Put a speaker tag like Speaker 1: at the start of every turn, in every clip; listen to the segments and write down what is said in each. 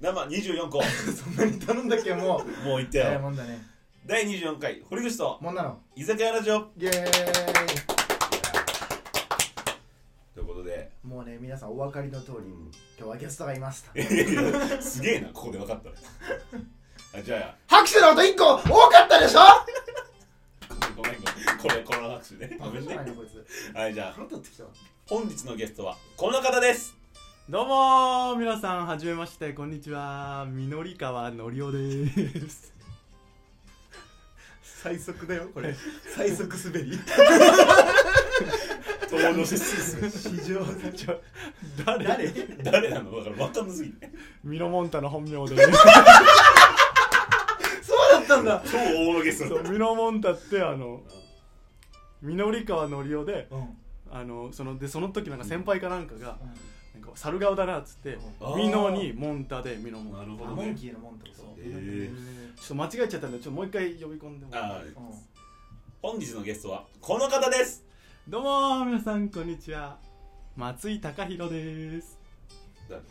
Speaker 1: 生24個
Speaker 2: そんなに頼んだけもう
Speaker 1: もう言って
Speaker 2: 早い
Speaker 1: よ
Speaker 2: もんだね
Speaker 1: 第24回堀口と
Speaker 2: もんなの
Speaker 1: 居酒屋ラジオ
Speaker 2: イエー
Speaker 1: ということ で
Speaker 2: イもうね皆さんお分かりの通り今日はゲストがいました
Speaker 1: いやいやいやすげえなここで分かったねあじゃ
Speaker 2: 拍手の音1個多かったでしょ
Speaker 1: あごめんごめんこれこの拍手ねごめんね
Speaker 2: バカじゃないのこいつ
Speaker 1: はいじゃあ
Speaker 2: 腹立ってきたわ
Speaker 1: 本日のゲストはこの方です
Speaker 3: どうもー皆さんはじめましてこんにちはみのりかわのりおでーす
Speaker 2: 最速だよこれ最速滑り
Speaker 1: 登場してすぐす
Speaker 2: 史上
Speaker 3: 誰
Speaker 2: 誰
Speaker 1: ぐ誰なのだから分かんなすぎて
Speaker 3: ミノモンタの本名でーす
Speaker 2: そうだったんだ
Speaker 1: 超大物ゲスト
Speaker 3: そ
Speaker 1: だ
Speaker 3: うミノモンタってあのみのりかわのりおで
Speaker 2: うん
Speaker 3: あのそのでその時なんか先輩かなんかがなんか猿顔だなっつって
Speaker 1: あー
Speaker 3: ミノにモンタでミノモン
Speaker 1: な
Speaker 3: タ
Speaker 1: る
Speaker 2: あ
Speaker 1: ほど
Speaker 2: モン
Speaker 1: ね
Speaker 2: キーのモンってこと
Speaker 1: へー
Speaker 3: ちょっと間違えちゃったんでちょっともう一回呼び込んでも
Speaker 1: あ
Speaker 2: うん
Speaker 1: 本日のゲストはこの方です
Speaker 3: どうもー皆さんこんにちは松井貴弘でーす
Speaker 1: 誰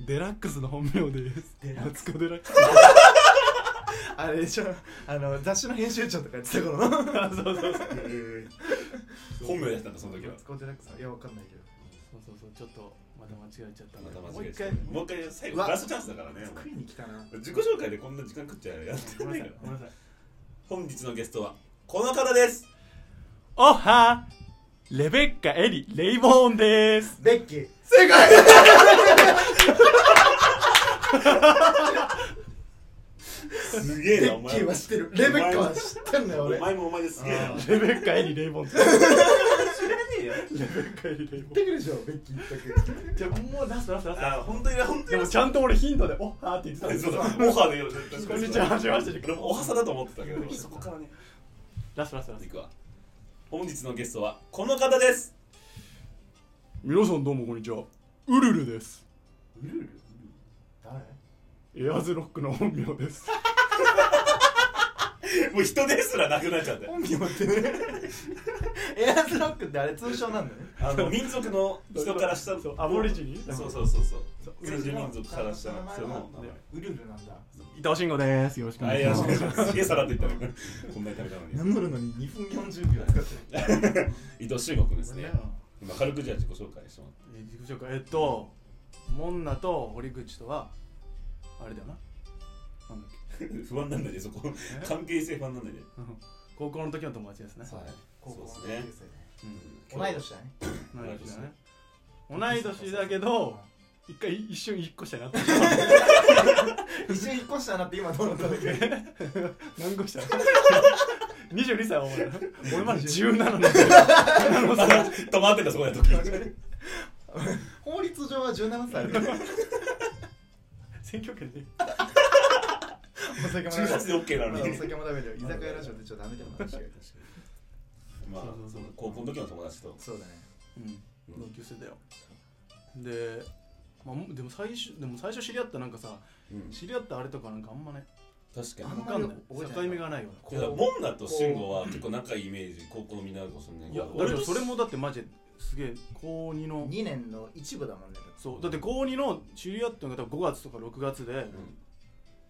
Speaker 3: デラックスの本名でーす
Speaker 2: デラック
Speaker 3: マツコデラックス
Speaker 2: あれでしょあの雑誌の編集長とかやってた頃の
Speaker 3: あそうそうそうそう
Speaker 1: 本名だったんだその時は
Speaker 2: マツコ・デラックスいやわかんないけど
Speaker 3: そうそうちょっとまた間違えちゃったん
Speaker 1: ま
Speaker 3: だ
Speaker 1: た
Speaker 3: け
Speaker 1: 間違え
Speaker 3: どもう一回
Speaker 1: もう一回最後
Speaker 2: うわ
Speaker 1: ラストチャンスだからね
Speaker 2: 作りに来 たな
Speaker 1: 自己紹介でこんな時間食っちゃやって
Speaker 2: ご
Speaker 1: な
Speaker 2: め
Speaker 1: い
Speaker 2: ん
Speaker 1: から
Speaker 2: なさいごめんなさい
Speaker 1: 本日のゲストはこの方です
Speaker 3: おはレベッカエリレイボーンです
Speaker 2: ベッキー正解
Speaker 1: すげえ
Speaker 2: ベ
Speaker 1: なお
Speaker 2: ッキー
Speaker 1: 前
Speaker 2: は
Speaker 1: も
Speaker 2: 知ってるレベッカは知ってんだよ
Speaker 1: お
Speaker 2: 俺
Speaker 1: 前もお前ですげえな
Speaker 2: あ
Speaker 3: レベッカエリレイボーンです
Speaker 1: 知らねえよ
Speaker 3: レベッカエリレイボ
Speaker 2: 言ってくるでしょベッキー一択
Speaker 3: ーンじゃあもうラストラストラス
Speaker 1: あ本当に本
Speaker 3: ト
Speaker 1: 当
Speaker 3: で
Speaker 1: に
Speaker 3: もちゃんと俺ヒントでおはって言ってたんです
Speaker 1: そう
Speaker 3: よ
Speaker 1: だオファーでよ
Speaker 3: こんにちははじめまして
Speaker 1: 俺もおはさだと思ってたけどそこからね
Speaker 3: ラストラストラス
Speaker 1: い
Speaker 3: ト
Speaker 1: くわ本日のゲストはこの方です
Speaker 3: 皆さんどうもこんにちはウルルです
Speaker 2: 誰
Speaker 3: エアーズロックの本名です
Speaker 1: もう人ですらなくなっちゃって
Speaker 2: 本名ってねエアーズロックってあれ通称なんだね
Speaker 1: あの民族の人からしたら
Speaker 3: そうアボリジニ
Speaker 1: そうそうそうそう
Speaker 3: そう
Speaker 1: 先住民族からしたらその名前
Speaker 2: ウルルなんだ
Speaker 3: 伊藤慎吾ですよろしくお
Speaker 1: あ
Speaker 3: 願い
Speaker 1: い
Speaker 3: し
Speaker 1: や
Speaker 3: ま
Speaker 1: そ
Speaker 3: す
Speaker 1: うそうすげえさらって言ったねこんなに食べたのに
Speaker 2: 名乗るのに2分40秒使ってる
Speaker 1: 伊藤慎吾君ですね今軽くじゃあ自己紹介しても
Speaker 3: えー自己紹介えっとモンナと堀口とはあれだよななんだっけ
Speaker 1: らって不安なんだねそこ関係性不安なんだね
Speaker 3: うん高校の時の友達ですね
Speaker 1: はい
Speaker 2: 高校の
Speaker 1: そ
Speaker 2: 同
Speaker 1: うですね
Speaker 2: 級生ね
Speaker 3: うん
Speaker 2: 同い年だね
Speaker 3: 同い年だね同
Speaker 2: 同
Speaker 3: い年だけど一回一瞬一個したいなって
Speaker 2: 一瞬引っ越したなって今どうなったんだっけ
Speaker 3: 何個した 二十二歳はお前ら 俺まだ十七なんだよ
Speaker 1: 止まってたそこで時
Speaker 2: 法律上は17歳 だよ
Speaker 3: 選挙権で
Speaker 2: お酒も
Speaker 1: 中
Speaker 2: ダ
Speaker 1: 殺で OK な
Speaker 2: メ
Speaker 1: の
Speaker 2: だよ
Speaker 1: に
Speaker 2: お酒もダメだよ居酒屋ラジオでちょっとダメだよ話が
Speaker 1: まあそう高校の時の友達と
Speaker 2: そうだね
Speaker 3: うん
Speaker 1: うん
Speaker 3: 同級生だよでまあもうでも最初でも最初知り合ったなんかさ
Speaker 1: うん
Speaker 3: 知り合ったあれとかなんかあんまね
Speaker 1: 確か
Speaker 2: あ
Speaker 1: に
Speaker 2: ん
Speaker 3: 分
Speaker 2: まり覚
Speaker 3: かんな
Speaker 2: えてな
Speaker 3: い
Speaker 2: い
Speaker 3: 境目がないよね
Speaker 1: いやモンナと慎吾は結構仲いいイメージ高校のみんなあるかもしれない
Speaker 3: い
Speaker 1: け
Speaker 3: や
Speaker 1: ど
Speaker 3: だ
Speaker 1: 俺
Speaker 3: け
Speaker 1: と
Speaker 3: どそれ もだってマジですげえ高2の
Speaker 2: 2年の一部だもんね
Speaker 3: そうだって高2の知り合ったのが多分5月とか6月で
Speaker 1: うん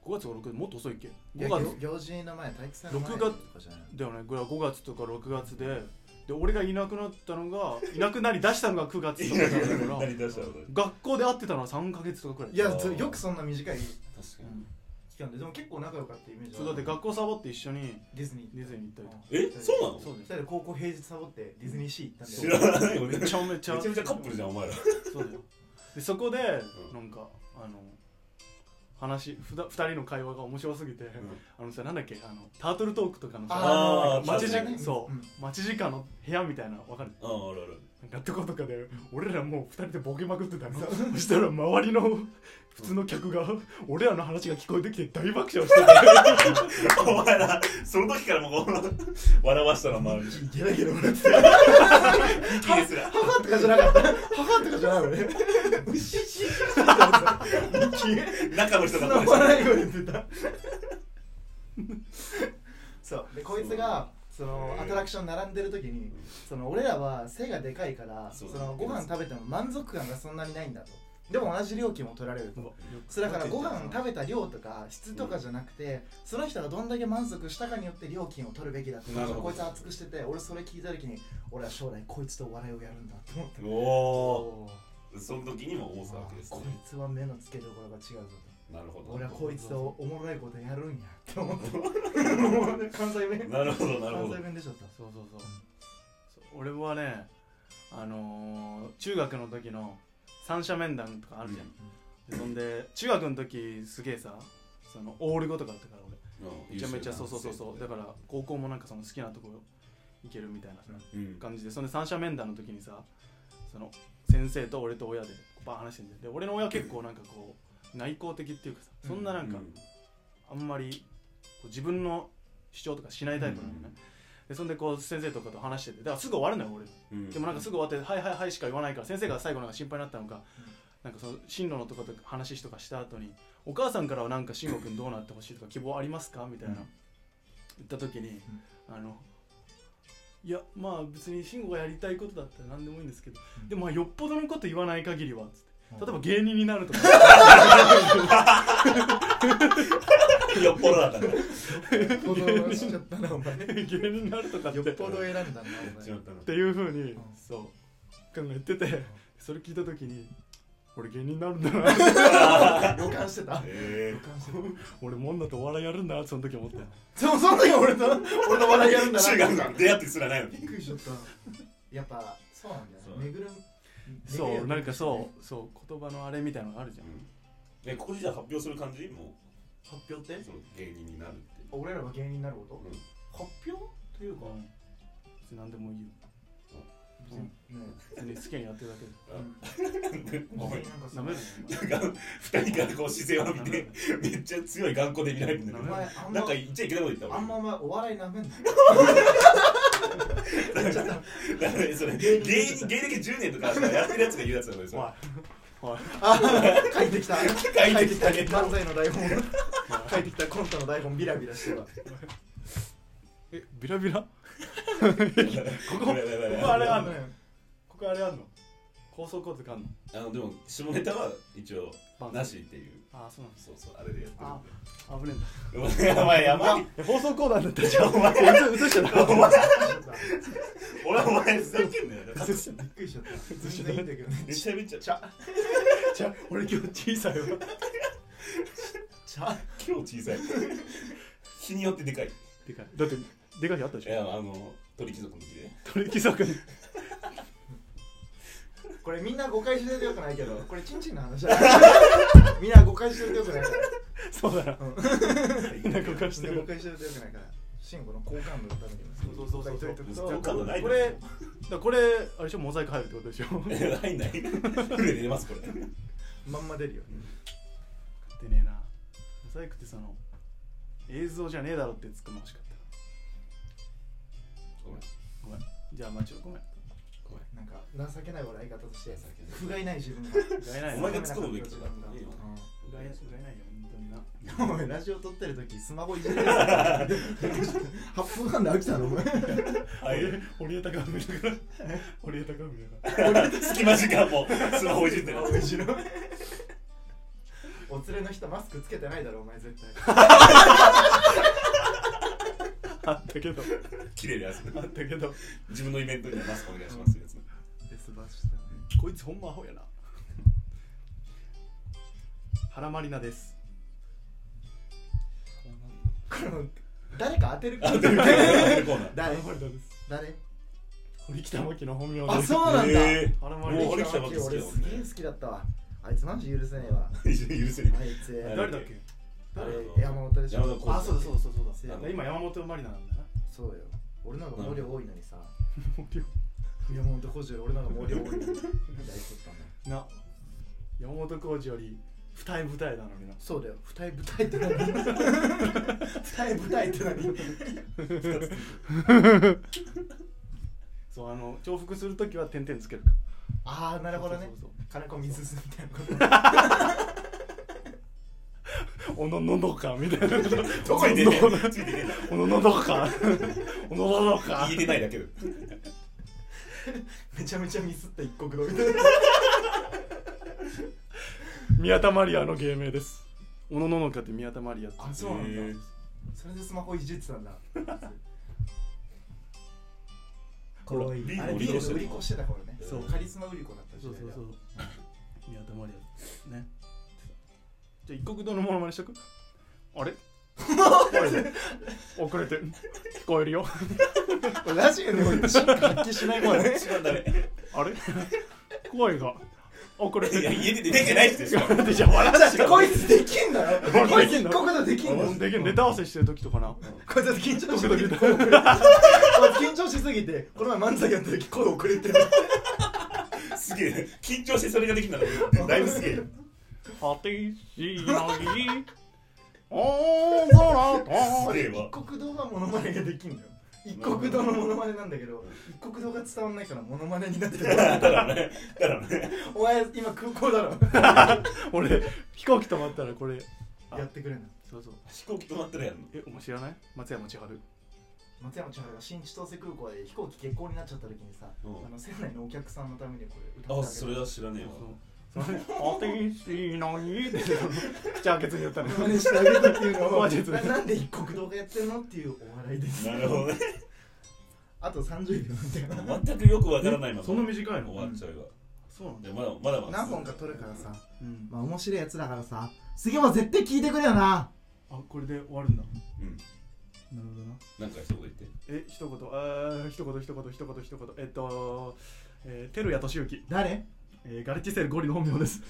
Speaker 3: 5月か6月もっと遅いっけ
Speaker 2: い
Speaker 3: 5
Speaker 2: や行
Speaker 3: 月
Speaker 2: 行事の前体育祭の前
Speaker 3: 6
Speaker 2: と
Speaker 3: 月
Speaker 2: かじゃない
Speaker 3: だよねこれは5月とか6月でで俺がいなくなったのがいなくなり出したのが9月とかだっ たから
Speaker 1: 何出したの確か
Speaker 3: 学校で会ってたのは3か月とかくらい
Speaker 2: いやそうよくそんな短い
Speaker 3: うん
Speaker 2: 期間ででも結構仲良かったイメージある
Speaker 3: そうだって学校サボって一緒に
Speaker 2: ディズニー
Speaker 3: ディズニー行ったりとか
Speaker 1: にえそうなの
Speaker 3: そう
Speaker 2: 二
Speaker 3: です
Speaker 2: 人で高校平日サボってディズニーシー行った
Speaker 1: 知ら
Speaker 2: んだよ
Speaker 1: ない俺
Speaker 3: め
Speaker 1: め
Speaker 3: ち
Speaker 1: ち
Speaker 3: ゃめちゃ
Speaker 1: ゃめちゃカップルじゃんお前ら
Speaker 3: そうだよでそこでなんかあの話ふだ2人の会話が面白すぎて、あのさなんだっけあのタートルトークとかのさ
Speaker 1: あー
Speaker 2: あの
Speaker 3: 待
Speaker 1: 確
Speaker 3: ち時
Speaker 1: か
Speaker 3: 間
Speaker 1: に
Speaker 3: そう、
Speaker 2: うん
Speaker 3: 待ち時間の部屋みたいなのわかる
Speaker 1: あああるあ る
Speaker 3: なんかとことかで俺らもう2人でボケまくってたのそしたら周りの普通の客が俺らの話が聞こえてきて大爆笑して た
Speaker 1: お前らその時からもう この笑わしたのもあるし
Speaker 2: ゲラゲラ笑ってた
Speaker 1: 息です ら
Speaker 2: 母とかじゃなかった母とかじゃない俺うししししてたやつ消え
Speaker 1: 中の人
Speaker 2: 繋
Speaker 1: が
Speaker 2: がらないように言ってたそうでこいつがそのアトラクション並んでる時にその俺らは背がでかいから
Speaker 1: そ
Speaker 2: そうのご飯食べても満足感がそんなにないんだとでも同じ料金も取られるとそうだからご飯食
Speaker 3: べ
Speaker 2: べた量とか質とかじゃなくて、その人がどんだけ満足したかによって料金を取るべきだって
Speaker 1: なるほど
Speaker 2: こいつ熱くしてて俺それ聞いた時に俺は将来こいつとお笑いをやるんだって思った
Speaker 1: おお
Speaker 2: おー
Speaker 1: ーその時にも思ったわけですね
Speaker 2: こいつは目の付けどころが違うぞ
Speaker 1: なるほ
Speaker 2: と
Speaker 1: ど
Speaker 2: 俺はこいつとおもろいことやるんやって思った関西弁
Speaker 1: なるほどなる
Speaker 2: 関
Speaker 1: ほど
Speaker 2: 西弁でしょと
Speaker 3: そうそうそうそう俺はねあのー中学の時の三者面談とかあるじゃん、でそんで中学の時すげえさそのオール語とかあったから俺めちゃめちゃそうそうそうそうだから高校もなんかその好きなとこ行けるみたいな
Speaker 1: うん
Speaker 3: 感じでそれで三者面談の時にさその先生と俺と親でバーン話してんだよで俺の親結構なんかこう内向的っていうかさそんななんかあんまりこう自分の主張とかしないタイプなのね、
Speaker 1: うん
Speaker 3: でそんでこう先生とかと話しててだからすぐ終わるのよ俺
Speaker 1: うん
Speaker 3: でもなんかすぐ終わって「はいはいはい」しか言わないから先生が最後なんか心配になったのか、なんかその進路のとかとか話とかした後に「お母さんからはなんか慎吾君どうなってほしいとか希望ありますか?」みたいな、
Speaker 1: うん
Speaker 3: 言った時に「あのいやまあ別に慎吾がやりたいことだったら何でもいいんですけど、
Speaker 2: うん
Speaker 3: でもまあよっぽどのこと言わない限りは」つって。
Speaker 2: うん
Speaker 3: 例えば芸人になるとか
Speaker 1: よっぽどだっ たね
Speaker 2: よっぽどしちゃったなお前よ
Speaker 3: 芸人になるとかって
Speaker 2: っぽど選んだなお前
Speaker 1: 違ったな
Speaker 3: っていうふうに、
Speaker 2: ん
Speaker 3: そう考えててそれ聞いた時に俺芸人になるんだなって
Speaker 2: 予感してた
Speaker 1: え
Speaker 2: 予感してた
Speaker 3: 俺もんだとお笑いやるんだなってその時思ったよ
Speaker 2: でもその時俺と俺と笑いやるん
Speaker 1: ー
Speaker 2: だな
Speaker 1: 中学なんて出会ってすらないの
Speaker 2: びっ
Speaker 1: に
Speaker 2: くりしちゃったやっぱそうなんだよ
Speaker 1: そう
Speaker 2: ねめぐる
Speaker 3: そうなんかそうそう言葉のあれみたいなのがあるじゃん
Speaker 1: えここでじゃあ発表する感じも
Speaker 2: う発表
Speaker 1: う
Speaker 2: って
Speaker 1: その芸人になるっていう
Speaker 2: 俺らが芸人になること
Speaker 1: うん
Speaker 2: 発表というか
Speaker 3: うん別に何でもいいよ
Speaker 2: 別にね
Speaker 3: 別に好きにやってるだけで
Speaker 2: うん
Speaker 1: ごめん
Speaker 2: なんかさ
Speaker 3: なめる
Speaker 1: なんか二人からこう視線を
Speaker 3: の
Speaker 1: 見
Speaker 3: 舐め
Speaker 1: て
Speaker 3: る
Speaker 1: めっちゃ強い頑固で見られてるんだ
Speaker 2: お
Speaker 1: けど
Speaker 2: 前あん
Speaker 1: な
Speaker 2: ま
Speaker 1: んか言っちゃいけないこと言った
Speaker 2: あんまお前お笑いな めんな
Speaker 1: 俺だからねそれ芸人芸歴10年とかやってるやつが言うやつだよねそれ
Speaker 3: おいおい
Speaker 2: 書いてきた
Speaker 1: 書いて きたね
Speaker 2: 漫才の台本書いてきたコントの台本ビラビラしてるわ
Speaker 3: えビラビラここ
Speaker 1: ご
Speaker 3: こ
Speaker 1: めんごめんごめん
Speaker 3: こあれあんのここあれあんの高層骨とかあんの
Speaker 1: あのでも下ネタは一応
Speaker 3: バン
Speaker 1: なしっていう
Speaker 3: あそうなんです
Speaker 1: そうそうあれでやって
Speaker 3: あ危ねえんだ
Speaker 1: るんでお前お前やばい
Speaker 3: え放送コーナーだったじゃん
Speaker 1: お前
Speaker 3: 映映しちゃった
Speaker 1: お前俺お前ふざけんなよ
Speaker 2: びっくりしちゃった全然いいんだけどね
Speaker 1: めちゃめちゃ
Speaker 2: ちゃ
Speaker 3: じゃあ俺今日小さいわ
Speaker 2: ちゃ
Speaker 1: 今日小さい日によってでかいい
Speaker 3: でかいだってでかい日あったでし
Speaker 1: や
Speaker 3: ょ
Speaker 1: あの鳥貴族の時で
Speaker 3: 鳥貴族に
Speaker 2: これみんな誤解しててよくないけどこれチンチンの話 だからみんな誤解しててよくないから
Speaker 3: そうだな
Speaker 2: うん
Speaker 3: みんな誤解し
Speaker 2: みん
Speaker 3: て
Speaker 2: な誤
Speaker 3: る
Speaker 2: 解しててよくないから慎吾の好感度のために
Speaker 3: そうそ
Speaker 2: 誤
Speaker 3: うそうそう
Speaker 2: 解しといて
Speaker 1: そう好感度ない
Speaker 3: これだからこれあれでしょモザイク入るってことでしょ入
Speaker 1: えないないフルで出ますこれ
Speaker 2: まんま出るよ
Speaker 3: ってねえなモザイクってその映像じゃねえだろってつくの欲しかった
Speaker 1: ごめん
Speaker 3: ごめんじゃあまあちょっとごめん
Speaker 1: ごめん
Speaker 2: なんか情けない笑い方とし
Speaker 1: 情
Speaker 2: て不甲斐ない自分が
Speaker 3: うがい ない
Speaker 1: お
Speaker 3: よ
Speaker 1: 前が作るべきだいいよ
Speaker 3: うがいないがいないよ本当にな
Speaker 2: うんお前ラジオ撮ってる時スマホいじってる やつ発砲感で飽きたのお前
Speaker 1: はい
Speaker 3: 堀江貴文だから堀江貴文だから
Speaker 1: 隙間時間もスマホいじってる
Speaker 2: 後 ろお連れの人マスクつけてないだろお前絶対
Speaker 3: あったけど
Speaker 1: 綺麗なやつ
Speaker 3: あったけど
Speaker 1: 自分のイベントにはマスクお願いしますやつ
Speaker 2: デスバーしたね
Speaker 3: こいつほんまアホやな原まりなです
Speaker 2: これもう誰か当てる気
Speaker 1: あでもコーナー
Speaker 2: 誰
Speaker 3: まりなです
Speaker 2: 誰
Speaker 3: 堀北真希の本名
Speaker 2: あ
Speaker 3: です
Speaker 2: そうなんだ
Speaker 1: え
Speaker 3: 原
Speaker 1: ー
Speaker 3: まり
Speaker 1: もう
Speaker 3: な
Speaker 1: 俺来たばっか
Speaker 2: 俺
Speaker 1: 好きだも
Speaker 2: す
Speaker 1: ん
Speaker 2: げえ
Speaker 1: ね
Speaker 2: 好きだったわあいつマジ許せねえわ
Speaker 1: 許せね
Speaker 2: あいつ
Speaker 1: え
Speaker 3: 誰だっけ
Speaker 2: あ
Speaker 1: 誰
Speaker 2: れ山本でしょ
Speaker 1: 山本浩二
Speaker 3: あそうだそうだそうだ
Speaker 2: せ
Speaker 3: そう
Speaker 2: や
Speaker 3: だ今山本まりななんだな
Speaker 2: そうよ俺の方が毛量多いのにさ山本浩二より俺の方が毛量多いのに大 事だったんだよ
Speaker 3: な山本浩二より二重舞台なのにな
Speaker 2: そうだよ二重舞台って何二重舞台って 何
Speaker 3: そうあの重複するときは点々つけるか
Speaker 2: ああなるほどね
Speaker 3: そうそう
Speaker 2: 金子みすすみたいなこ
Speaker 3: そうおののどかみたいな
Speaker 1: どこに出てんのついてねえんだ
Speaker 3: おののどかおののどか
Speaker 1: 言えてないだけで
Speaker 2: とめちゃめちゃミスった一国語みたいな
Speaker 3: 宮田マリアの芸名です小野ののかって宮田マリアって
Speaker 2: あそうなんだ、
Speaker 1: へえ
Speaker 2: それでスマホいじってたんだ
Speaker 1: これ
Speaker 4: かわいい
Speaker 1: ビール
Speaker 2: あれ
Speaker 1: の
Speaker 2: ビールの売
Speaker 1: 売り
Speaker 2: り
Speaker 1: 子
Speaker 2: 子
Speaker 1: し
Speaker 2: しててた頃ね
Speaker 3: そう
Speaker 2: カリスマ売り子だった時
Speaker 3: そう
Speaker 2: 代
Speaker 3: そ
Speaker 2: だ
Speaker 3: う
Speaker 2: よ
Speaker 3: そう宮田マリアねじゃあ一国堂のモノマネしとくあれ遅れて聞こえるよ
Speaker 2: これラジオで俺進化発揮しないからね
Speaker 1: た違うんだね
Speaker 3: あれ声が遅れ
Speaker 1: いや
Speaker 3: て
Speaker 1: 家で出てきてないっす よしかも
Speaker 3: でじゃあ笑っ
Speaker 2: だってこいつできんだよ
Speaker 3: 俺
Speaker 2: こい
Speaker 3: できん
Speaker 2: つ
Speaker 3: の
Speaker 2: こういうことできんの
Speaker 3: できるネタ合わせしてる時とかな
Speaker 2: こいつ緊張しすぎて
Speaker 3: ド
Speaker 2: こう遅れてる緊張しすぎてこの前漫才やった時声遅れてる
Speaker 1: すげえ緊張してそれができたのだいぶすげえ
Speaker 3: 果てしなぎ 青空
Speaker 1: す
Speaker 3: と
Speaker 1: げえわ
Speaker 2: 一国堂はモノマネができんだよ一国堂のモノマネなんだけど一国堂が伝わんないからモノマネになってる
Speaker 1: だからねだからね
Speaker 2: お前今空港だろ
Speaker 3: 俺飛行機止まったらこれ
Speaker 2: やってくれんの
Speaker 3: そうそう
Speaker 1: 飛行機止まったらやるの
Speaker 3: えお前知らない松山千春
Speaker 2: 松山千春が新千歳空港で飛行機欠航になっちゃった時にさ、
Speaker 1: うん
Speaker 2: あの船内のお客さんのためにこれ歌ってあげる
Speaker 1: 知らねえわ
Speaker 3: そう果てしなぎって 口開けずに言ったの
Speaker 2: 真似してあげたっていうの
Speaker 3: マ
Speaker 2: を
Speaker 3: ジで
Speaker 2: ななんで一国堂がやってんのっていうお笑いです
Speaker 1: なるほどね
Speaker 2: あと30秒みたいな
Speaker 1: 全くよくわからないまま
Speaker 3: そんな短いの
Speaker 1: 終わっちゃうわ
Speaker 3: そうなんだ
Speaker 1: でまだまだまだ
Speaker 2: 何本か撮るからさ
Speaker 3: うん
Speaker 2: まあ面白いやつだからさ杉山絶対聞いてくれよな
Speaker 3: あこれで終わるんだ
Speaker 1: うん
Speaker 3: なるほどな
Speaker 1: なんか一言言って
Speaker 3: え一言あー一言一言一言一言えっとえー照屋俊之
Speaker 2: 誰
Speaker 3: えーガレッジセールゴリの本名です